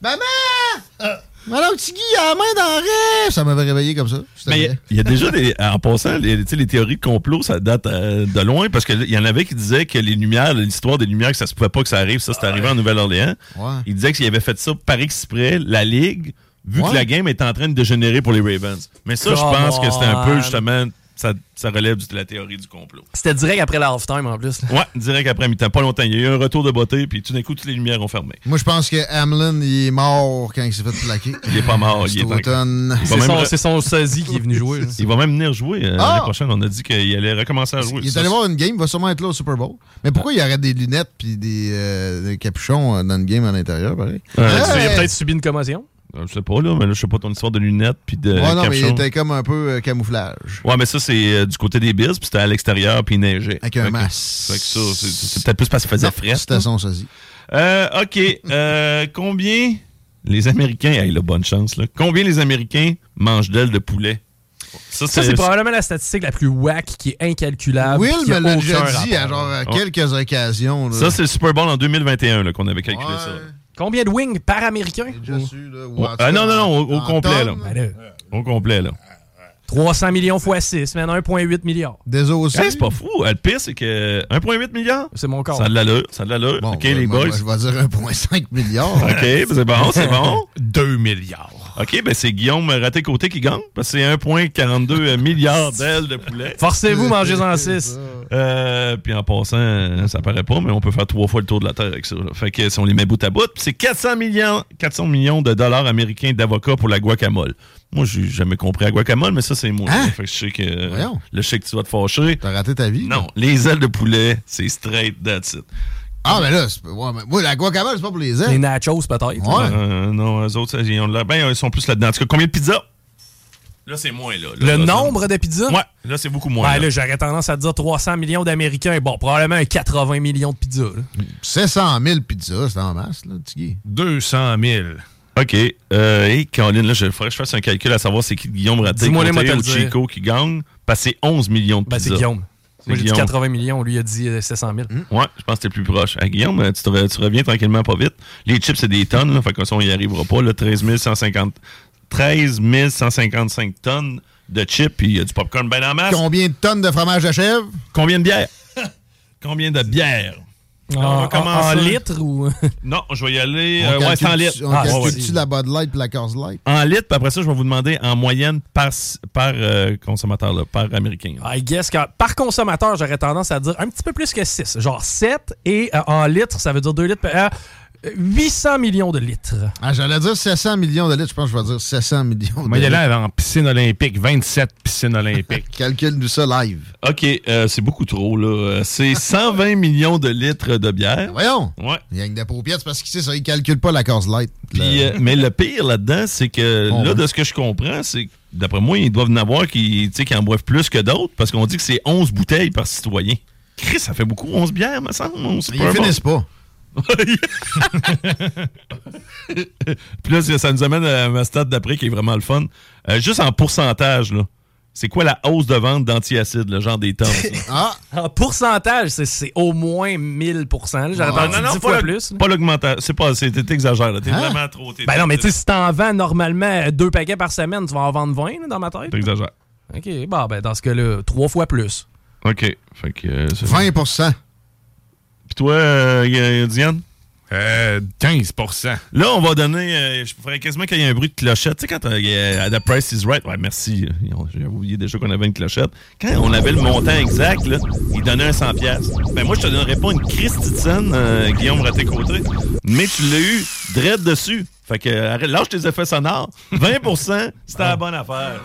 Maman! Alors, petit Guy, il a la main dans Ray! Ça m'avait réveillé comme ça. C'était Mais il y a- vrai. il y, a déjà des. <laughs> En passant, les, tu sais, les théories de complot, ça date euh, de loin parce qu'il y en avait qui disaient que les lumières, l'histoire des lumières, que ça se pouvait pas que ça arrive, ça c'est arrivé en Nouvelle-Orléans. Ouais. Ils disaient qu'ils avaient fait ça par exprès, la Ligue, vu Ouais. que la game était en train de dégénérer pour les Ravens. Mais ça, je pense Come que c'était un peu on. justement ça, ça relève de la théorie du complot. C'était direct après la halftime en plus. là. Ouais, direct après mi-temps. Pas longtemps. Il y a eu un retour de beauté, puis tout d'un coup, toutes les lumières ont fermé. Moi, je pense que Hamlin, il est mort quand il s'est fait plaquer. Il est pas mort, il est Cet pas- automne. Il va C'est même son, re- c'est son sosie qui est venu jouer. là. Il va même venir jouer euh, Ah! l'année prochaine. On a dit qu'il allait recommencer à jouer. Il est Ça, allé voir une game, il va sûrement être là au Super Bowl. Mais pourquoi il y aurait des lunettes puis des, euh, des capuchons euh, dans une game à l'intérieur, pareil? Euh, Tu sais, Il a Ouais. peut-être subi une commotion. Euh, Je sais pas, là, mais là, je sais pas ton histoire de lunettes puis de Ouais, non, mais il capuchon. était comme un peu euh, camouflage. Ouais, mais ça, c'est euh, du côté des Bills, puis c'était à l'extérieur, puis il neigeait. Avec un Fait que- masque. fait que ça, c'est- c'est peut-être plus parce qu'il faisait Non, frais. C'était son sosie. Euh, OK. Euh, combien les Américains... Hey, là, bonne chance, là. Combien les Américains mangent d'ailes de poulet? Ça, c'est probablement la statistique la plus whack qui est incalculable. Ah, Will qui a me l'a aucun déjà dit rapport. à genre à Ouais. quelques occasions. là. Ah. Ça, c'est le Super Bowl en 2021 là, qu'on avait calculé Ouais, ça. Combien de wings par américain j'ai déjà su, là, ou Ouais. en tout Ah, cas, non, non, non, au- au en complet, là. tonnes. Ben là, Au complet, là. 300 millions fois 6, mais 1,8 milliard. Des aussi. Hey, c'est pas fou. Euh, Le pire, c'est que 1,8 milliard. C'est mon corps. Ça a de l'allure. Ça a de l'allure. Bon, OK, ben, les moi, boys. moi, Je vais dire 1,5 milliard. OK, ben c'est bon, c'est bon. 2 milliards. OK, ben c'est Guillaume Raté-Côté qui gagne. Parce que c'est 1,42 milliard d'ailes de poulet. Forcez-vous, mangez-en 6. Euh, puis en passant, euh, ça paraît pas, mais on peut faire trois fois le tour de la Terre avec ça. là. Fait que si on les met bout à bout, puis c'est 400 millions, 400 millions de dollars américains d'avocats pour la guacamole. Moi, j'ai jamais compris la guacamole, mais ça, c'est moi. Hein? Fait que je sais que Voyons. le chèque que tu vas te fâcher. T'as raté ta vie? Non, les ailes de poulet, c'est straight, that's it. Ah, mais là, c'est pas- ouais, mais moi, la guacamole, c'est pas pour les Les ailes. nachos, peut-être. Ouais. Euh, non, eux autres, ça, ils, ont de l'air- ben, ils sont plus là-dedans. En tout cas, combien de pizzas? Là, c'est moins, là. Le Là, là, nombre de pizzas? c'est- Ouais, là, c'est beaucoup moins. Ouais, là. Ah, là, j'aurais tendance à te dire 300 millions d'Américains. Bon, probablement un 80 millions de pizzas. là. 700 000 pizzas, c'est en masse, là, Tiggy. Ah, 200 000. OK. Euh, et Caroline, là, je faudrait que je fasse un calcul à savoir c'est qui Guillaume Raté Dis-moi les mots, Côté te ou le dire. Chico qui gagne. Parce que c'est 11 millions de Ben, c'est pizzas. Guillaume. C'est Moi, j'ai dit Guillaume. Hmm. 80 millions. Lui, il a dit euh, 700 000. Ouais, je pense que t'es plus proche. Ah, Guillaume, euh, tu, te re- tu reviens tranquillement pas vite. Les chips, c'est des tonnes. Là, fait que ça, on y arrivera pas. Là, 13 150 13 155 tonnes de chips. Puis il y a du popcorn ben en masse. Combien de tonnes de fromage de chèvre? Combien de bières? <laughs> Combien de bières? Ah, En, Ah, on va en- commencer. en litres ou. <laughs> Non, je vais y aller. On euh, ouais, c'est en calcule- litres. On Ah, ouais, ouais. calcule-tu la Bud Light et la Coors Light? En litres, puis après ça, je vais vous demander en moyenne par, par euh, consommateur, là, par américain. Ah, là. I guess que par consommateur, j'aurais tendance à dire un petit peu plus que 6. Genre 7 et euh, en litres, ça veut dire 2 litres. par- euh, 800 millions de litres. Ah, j'allais dire 700 millions de litres. Je pense que je vais dire 700 millions de Moi, il y litres. allait en piscine olympique, 27 piscines olympiques. Calcule-nous ça live. <laughs> OK, euh, c'est beaucoup trop, là. Euh, C'est 120 millions de litres de bière. Voyons! Ouais. Il y a que des paupières, c'est parce qu'il sait ça, il calcule pas la Coors Light. Puis, Le- euh, mais le pire là-dedans, c'est que Bon, là, ouais. de ce que je comprends, c'est que d'après moi, ils doivent en avoir qui, tu sais, qui en boivent plus que d'autres parce qu'on dit que c'est 11 bouteilles par citoyen. Chris, ça fait beaucoup, 11 bières, me semble. 11 Ils Super Bowl. finissent pas. <laughs> Puis là, ça nous amène à ma stade d'après qui est vraiment le fun. Euh, juste en pourcentage, là. C'est quoi la hausse de vente d'antiacide, le genre des tonnes? <laughs> là? Ah! En pourcentage, c'est- c'est au moins 1000 là. J'aurais Ah, entendu 10 pas fois l'aug- plus. là. Pas l'augmentation. C'est pas, c'est- t'exagères, là. T'es Hein? vraiment trop. t'es- Ben non, mais tu sais, si t'en vends normalement euh, deux paquets par semaine, tu vas en vendre 20 là, dans ma tête. T'exagères. OK, bah ben dans ce cas-là, trois fois plus. OK. Fait que. euh, c'est- 20 Puis toi, euh, y- y- Diane? Euh, 15 Là, on va donner. euh, je ferais quasiment qu'il y ait un bruit de clochette. Tu sais, quand euh, y a- à The Price is Right. Ouais, merci. J'avais oublié déjà qu'on avait une clochette. Quand on avait le montant exact, là, il donnait un 100$. piastres. Ben, moi, je te donnerais pas une Christitine, euh, Guillaume Raté-Côté, mais tu l'as eu direct dessus. Fait que, euh, arrête, lâche tes effets sonores. 20%, c'était la bonne affaire.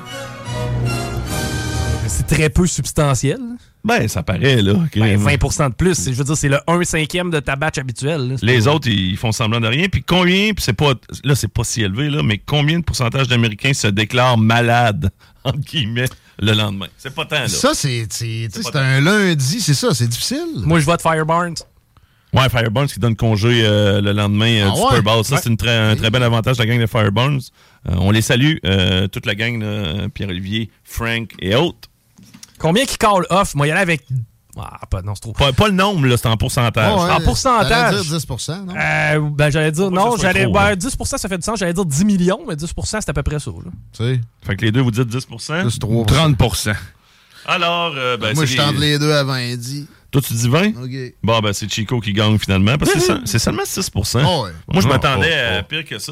C'est très peu substantiel. Ben, ça paraît, là. que- Ben, 20 de plus, c'est- je veux dire, c'est le 1 cinquième de ta batch habituelle. là. Les autres, ils font semblant de rien. Puis combien, puis c'est pas, là, c'est pas si élevé, là, mais combien de pourcentage d'Américains se déclarent malades, <laughs> entre guillemets, le lendemain? C'est pas tant, là. Ça, c'est c'est- tu sais, c'est pas un lundi, c'est ça, c'est difficile. Moi, je vote Fire Barnes. Ouais, Fireburns qui donne congé euh, le lendemain euh, Ah du ouais? Super Bowl. Ça, Ouais. c'est une très- un très bel avantage de la gang de Fireburns. Euh, on les salue, euh, toute la gang, là, Pierre-Olivier, Frank et autres. Combien qui call off? Moi, il y en a avec. Ah, pas, non, c'est trop. Pas, pas le nombre, là, c'est en pourcentage. Ah. Ah ouais, en pourcentage. t'allais dire 10 non? Euh, ben, j'allais dire Faut pas que non. ce soit J'allais, trop, ben, hein. 10 ça fait du sens. J'allais dire 10 millions, mais 10 c'est à peu près ça. là. Tu sais, Fait que les deux, vous dites 10 plus 3 30 Alors, euh, ben, Moi, c'est je tente les- les deux avant lundi. Toi, tu dis 20? OK. Bon, ben, c'est Chico qui gagne finalement, parce que c'est se- c'est seulement 6 Mmh. Ah oh, ouais. Moi, je Ah, m'attendais ah, à ah. pire que ça.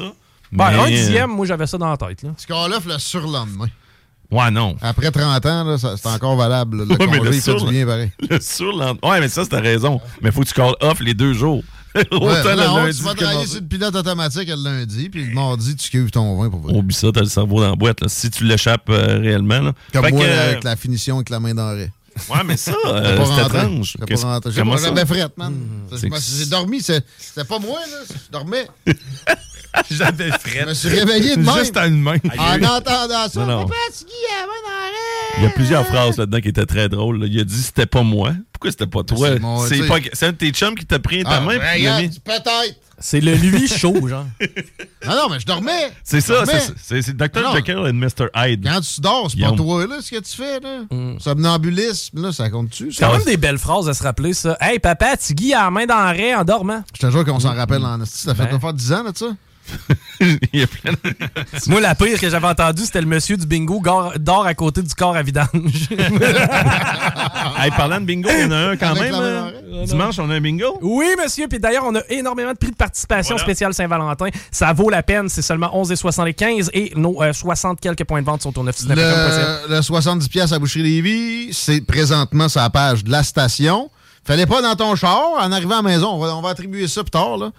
Ben, Mais, euh, un dixième, moi, j'avais ça dans la tête. là. Tu call off le surlendemain. euh, Ouais, <laughs> non. <laughs> Après 30 ans, là, ça- c'est encore valable. là. Le Ouais, mais congé, il fait sur- du bien pareil. Le surlendemain. Ouais, mais ça, c'est ta raison. Mais faut que tu call off les deux jours. <laughs> Autant Ouais, le non, lundi tu vas que travailler mardi. sur le pilote automatique le lundi, puis le mardi, tu cuves ton vin pour vrai. Oublie ça, t'as le cerveau dans la boîte, là, si tu l'échappes euh, réellement. là. Comme Fait moi, que, là, euh, avec la finition avec la main dans le raie. Ouais, <laughs> mais ça, euh, J'ai pas c'est rentré. étrange. J'ai Qu'est-ce- pas rentré. J'ai comment pas ça? Hmm. jamais Ben, frette, man. Ça, je C'est me que- suis- J'ai dormi, c'est- c'était pas moi, là. Je <laughs> dormais. J'avais fret. Je me suis réveillé de même. Juste à une main. En entendant ça, Non, non. Papa, tu guis la main dans le raie. Il y a plusieurs phrases là-dedans qui étaient très drôles. là. Il a dit c'était pas moi. Pourquoi c'était pas toi? Ah, c'est mon- C'est t'sais- pas- c'est un de tes chums qui t'a pris ta Ah, main. puis il a regarde, mis- peut-être. C'est le <laughs> lui chaud, genre. Non, non, mais je dormais. C'est Je ça, dormais. c'est- c'est c'est Dr. Non. Jekyll et Mr. Hyde. Quand tu dors, c'est pas Guillaume. toi, là, ce que tu fais, là. Somnambulisme, là, ça compte-tu? C'est ça? quand même des belles phrases à se rappeler, ça. Hey, papa, Tiggy a la main dans le raie en dormant. Je te jure qu'on s'en rappelle Hmm. en esti. Ça fait Ben. doit faire 10 ans, là, de ça. <laughs> Il y a <laughs> plein de- Moi, la pire que j'avais entendue, c'était le monsieur du bingo gar- dort à côté du corps à vidange. Hey, parlant de bingo, il y en a un quand Avec même. la main hein. Dimanche, on a un bingo. oui, monsieur. Puis d'ailleurs, on a énormément de prix de participation Voilà. spécial Saint-Valentin. Ça vaut la peine. C'est seulement 11,75 et nos euh, 60 quelques points de vente sont au 969.com.ca. Le, le 70$ piastres à Boucherie-Lévis, c'est présentement sa page de la station. Fallait pas dans ton char. En arrivant à la maison, on va, on va attribuer ça plus tard. Là.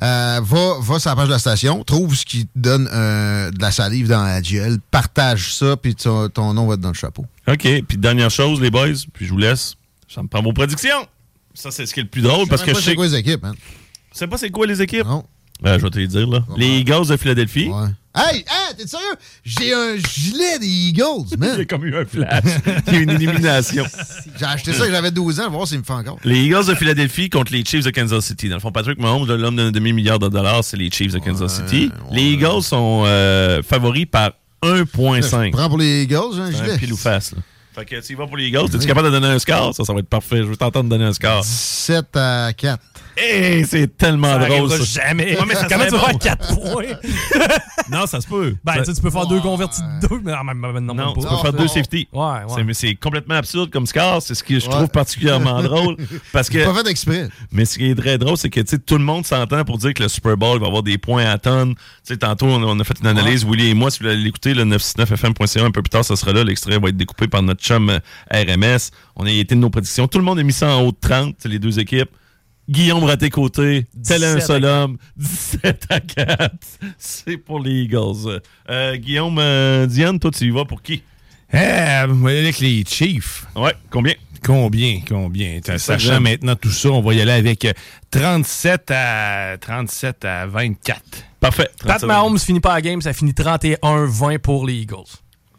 Euh, va, va sur la page de la station, trouve ce qui te donne euh, de la salive dans la gueule, partage ça, puis ton, ton nom va être dans le chapeau. OK, puis dernière chose, les boys, puis je vous laisse. Ça me prend vos prédictions. Ça, c'est ce qui est le plus drôle parce que Même je pas sais, c'est quoi les équipes, man. je sais pas c'est quoi les équipes. Non. Euh, je vais te les dire, là. Les Eagles de Philadelphie. Ouais. Hey, hey, t'es sérieux? J'ai un gilet des Eagles, Il y a <laughs> man. <laughs> comme eu un flash. Il y a <laughs> une élimination. J'ai acheté ça quand j'avais 12 ans, on va voir s'il me fait encore. Les Eagles de Philadelphie contre les Chiefs de Kansas City. Dans le fond, Patrick Mahomes, l'homme d'un demi-milliard de dollars, c'est les Chiefs de Kansas City. Les Eagles sont euh, favoris par Je 1,5. prends pour les Eagles, j'ai un C'est gilet. un pile ou face. Là. Fait que tu y vas pour les Eagles, es-tu capable de donner un score? Ça, ça va être parfait. Je veux t'entendre donner un score. 17 à 4. Hey, c'est Ah, tellement drôle, arrivera ça. jamais. Ouais, mais ça serait Comment tu vas bon. avoir 4 points? <laughs> Non, ça se peut. Ben, Ça- tu sais, tu peux faire deux convertis de deux, mais non, même- même- non, non, même tu pas. peux faire non. deux safety. Ouais, ouais. C'est- mais C'est complètement absurde comme score. C'est ce que je trouve <laughs> particulièrement drôle. Parce que Pas fait exprès. Mais ce qui est très drôle, c'est que tu sais, tout le monde s'entend pour dire que le Super Bowl va avoir des points à tonnes. Tu sais, tantôt, on, on a fait une analyse, Willy et moi. Si vous voulez l'écouter, le 969fm.ca, un peu plus tard, ce sera là. L'extrait va être découpé par notre chum euh, RMS. On a été de nos prédictions. Tout le monde a mis ça en haut de 30, c'est les deux équipes. Guillaume Raté-Côté, tel un 17 à seul homme, <laughs> 17 à 4. C'est pour les Eagles. Euh, Guillaume, euh, Diane, toi, tu y vas pour qui? Eh, vous allez avec les Chiefs. Ouais, combien? Combien, combien? ça que Sachant j'aime. maintenant tout ça, on va y aller avec euh, 37 à, 37 à 24. Parfait. Pat 37. Mahomes finit pas la game, ça finit 31-20 pour les Eagles.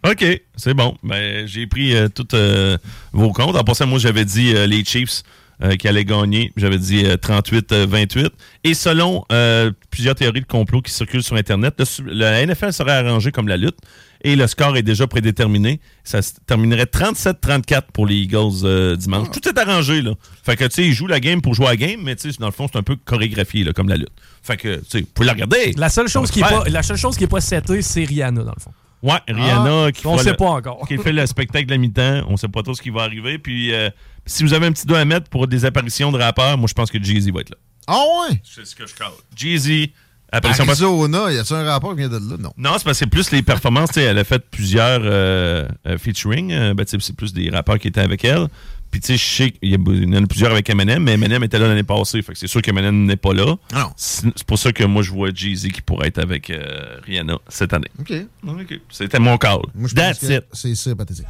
OK, c'est bon. Ben, j'ai pris euh, tous euh, vos comptes. En passant, moi, j'avais dit euh, les Chiefs euh, qui allaient gagner. J'avais dit euh, 38-28. Et selon euh, plusieurs théories de complot qui circulent sur Internet, le su- la NFL serait arrangée comme la lutte et le score est déjà prédéterminé. Ça se terminerait 37-34 pour les Eagles euh, dimanche. Tout est arrangé, là. Fait que, tu sais, ils jouent la game pour jouer à la game, mais tu sais, dans le fond, c'est un peu chorégraphié, là, comme la lutte. Fait que, tu sais, vous pouvez la regarder. La seule chose Ça qui va est se faire. pas, la seule chose qui est pas setée, c'est Rihanna, dans le fond. Ouais, Rihanna qui on fera sait le- pas encore. Qui fait le spectacle de la mi-temps. On sait pas trop ce qui va arriver. Puis euh, si vous avez un petit doigt à mettre pour des apparitions de rappeurs, moi je pense que Jay-Z va être là. Ah ouais? C'est ce que je call. Jay-Z, apparition pas- Arizona, y a-tu un rapport qui vient de là? Non. Non, c'est parce que c'est plus les performances. tu sais, elle a fait plusieurs euh, euh, featuring. Euh, ben, tu sais, c'est plus des rappeurs qui étaient avec elle. Puis tu sais, je sais qu'il y, a- il y en a plusieurs avec Eminem, mais Eminem était là l'année passée. Fait que c'est sûr qu'Eminem n'est pas là. Ah non. C'est c'est pour ça que moi je vois Jay-Z qui pourrait être avec euh, Rihanna cette année. OK. OK. C'était mon call. Moi, je pense That's que it. c'est ça, pathétique.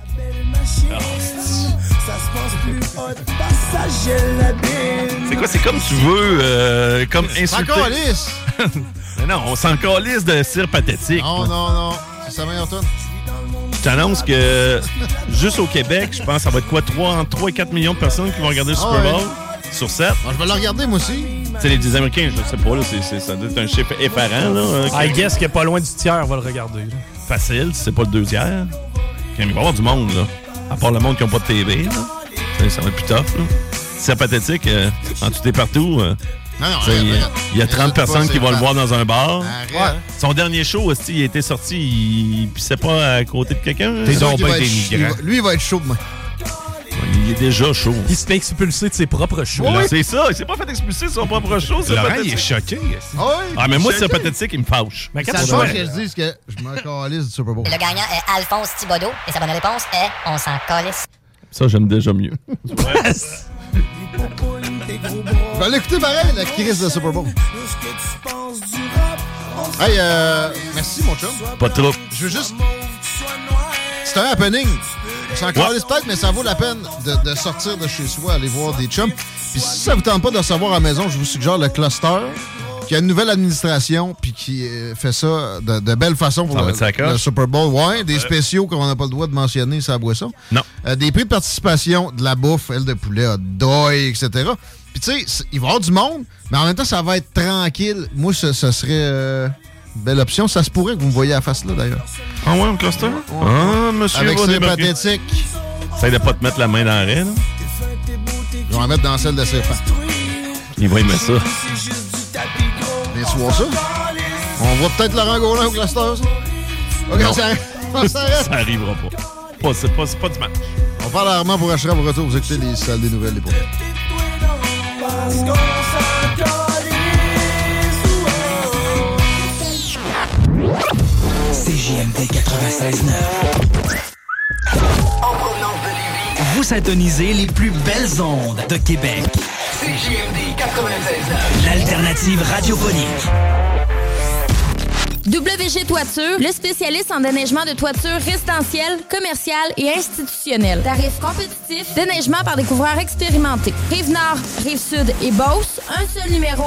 C'est quoi? C'est comme tu veux, euh, comme T'en insulter. calisses? <laughs> Mais non, on s'en calisse de cire pathétique. Non, non, non. C'est sa meilleure tune. Je t'annonce que juste au Québec, je pense que ça va être quoi? 3, entre 3 et 4 millions de personnes qui vont regarder le Ah Super Bowl ouais. sur 7. Bon, je vais le regarder, moi aussi. Tu sais, les- les Américains, je sais pas, là, c'est, c'est- ça doit être un chiffre effarant. Là, hein, I Ah, qui- guess que pas loin du tiers, on va le regarder. là. facile, c'est pas le deux tiers. Il va y avoir du monde, là. À part le monde qui n'a pas de TV, là. Ça, ça va être plus tough, là. C'est pathétique, euh, en tout et partout. euh, Non, non, tu sais, arrête, il y a- arrête. il y a Insulte 30 pas, personnes c'est qui vont le pas- voir dans un bar. Arrête. Son dernier show, aussi, il était sorti, il pissait pas à côté de quelqu'un. C'est sûr donc qu'il bien va être- il va- Lui, il va être chaud demain. Ouais, Il est déjà chaud. Il se fait expulser de ses propres choix. Là, C'est ça, il s'est pas fait expulser de son propre show. c'est Laurent, il est pathétique. choqué. Ah ouais? Ah, mais moi, c'est Choqué. pathétique, il me fâche. Mais quand Ça tu change fais- <laughs> que je dise que je m'en calisse du Super Bowl. Et le gagnant est Alphonse Thibodeau. Et sa bonne réponse est on s'en calisse. Ça, j'aime déjà mieux. Je vais aller écouter pareil, la crise de Super Bowl. Hey, euh, merci, mon chum. Pas trop. Je veux juste... C'est un happening. C'est encore les peut-être, mais ça vaut la peine de, de sortir de chez soi, aller voir des chums. Puis si ça vous tente pas de recevoir à la maison, je vous suggère le cluster, qui a une nouvelle administration, puis qui euh, fait ça de, de belle façon pour Ça va le, être sa coche. le Super Bowl. Ouais, des spéciaux qu'on n'a pas le droit de mentionner, ça boisson. Non. Euh, des prix de participation, de la bouffe, aile de poulet, hot dog, etc. Puis tu sais, c- il va y avoir du monde, mais en même temps, ça va être tranquille. Moi, ce, ce serait euh, une belle option. Ça se pourrait que vous me voyez à la face là, d'ailleurs. Ah ouais, un cluster? Ah, monsieur, Avec va ses débarquer. pathétiques. Essaye de pas te mettre la main dans la raie, là. Je vais en mettre dans celle de ses fans. Il va aimer ça. Bien sûr, ça. On voit peut-être Laurent Gaulin au cluster, ça. OK, on s'arrête. On s'arrête. <laughs> Ça arrivera pas. Pas- c'est pas, c'est pas du match. On parle rarement pour Ashraf au retour. Vous écoutez les salles des nouvelles, les pauvres. CJMD 96.9. Vous syntonisez les plus belles ondes de Québec. CJMD 96.9. L'alternative radiophonique. WG Toiture, le spécialiste en déneigement de toiture résidentielle, commerciale et institutionnelle. Tarif compétitif, déneigement par découvreur expérimenté. Rive-Nord, Rive-Sud et Beauce, un seul numéro,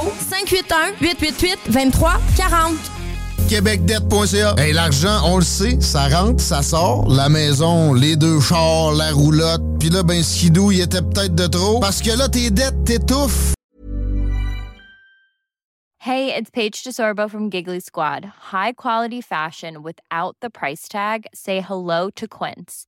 581-888-2340. Québecdette.ca. Hey, l'argent, on le sait, ça rentre, ça sort. La maison, les deux chars, la roulotte. Puis là, ben, Skidou, il était peut-être de trop. Parce que là, tes dettes t'étouffent. Hey, it's Paige DeSorbo from Giggly Squad. High quality fashion without the price tag. Say hello to Quince.